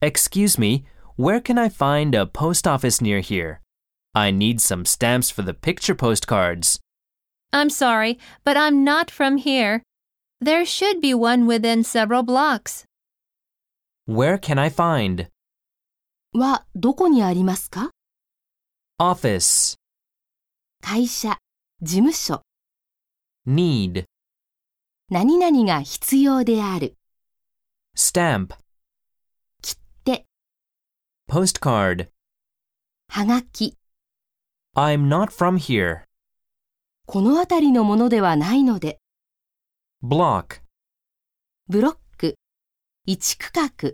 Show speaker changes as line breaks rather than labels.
Excuse me, where can I find a post office near here? I need some stamps for the picture postcards.
I'm sorry, but I'm not from here. There should be one within several blocks.
Where can I find?
はどこにありますか
Office.
会社、事務所、
Need.
何々が必要である。
Stamp.
切手、
Postcard.
はがき、
I'm not from here.
この辺りのものではないので、
Block.
ブロック、一区画。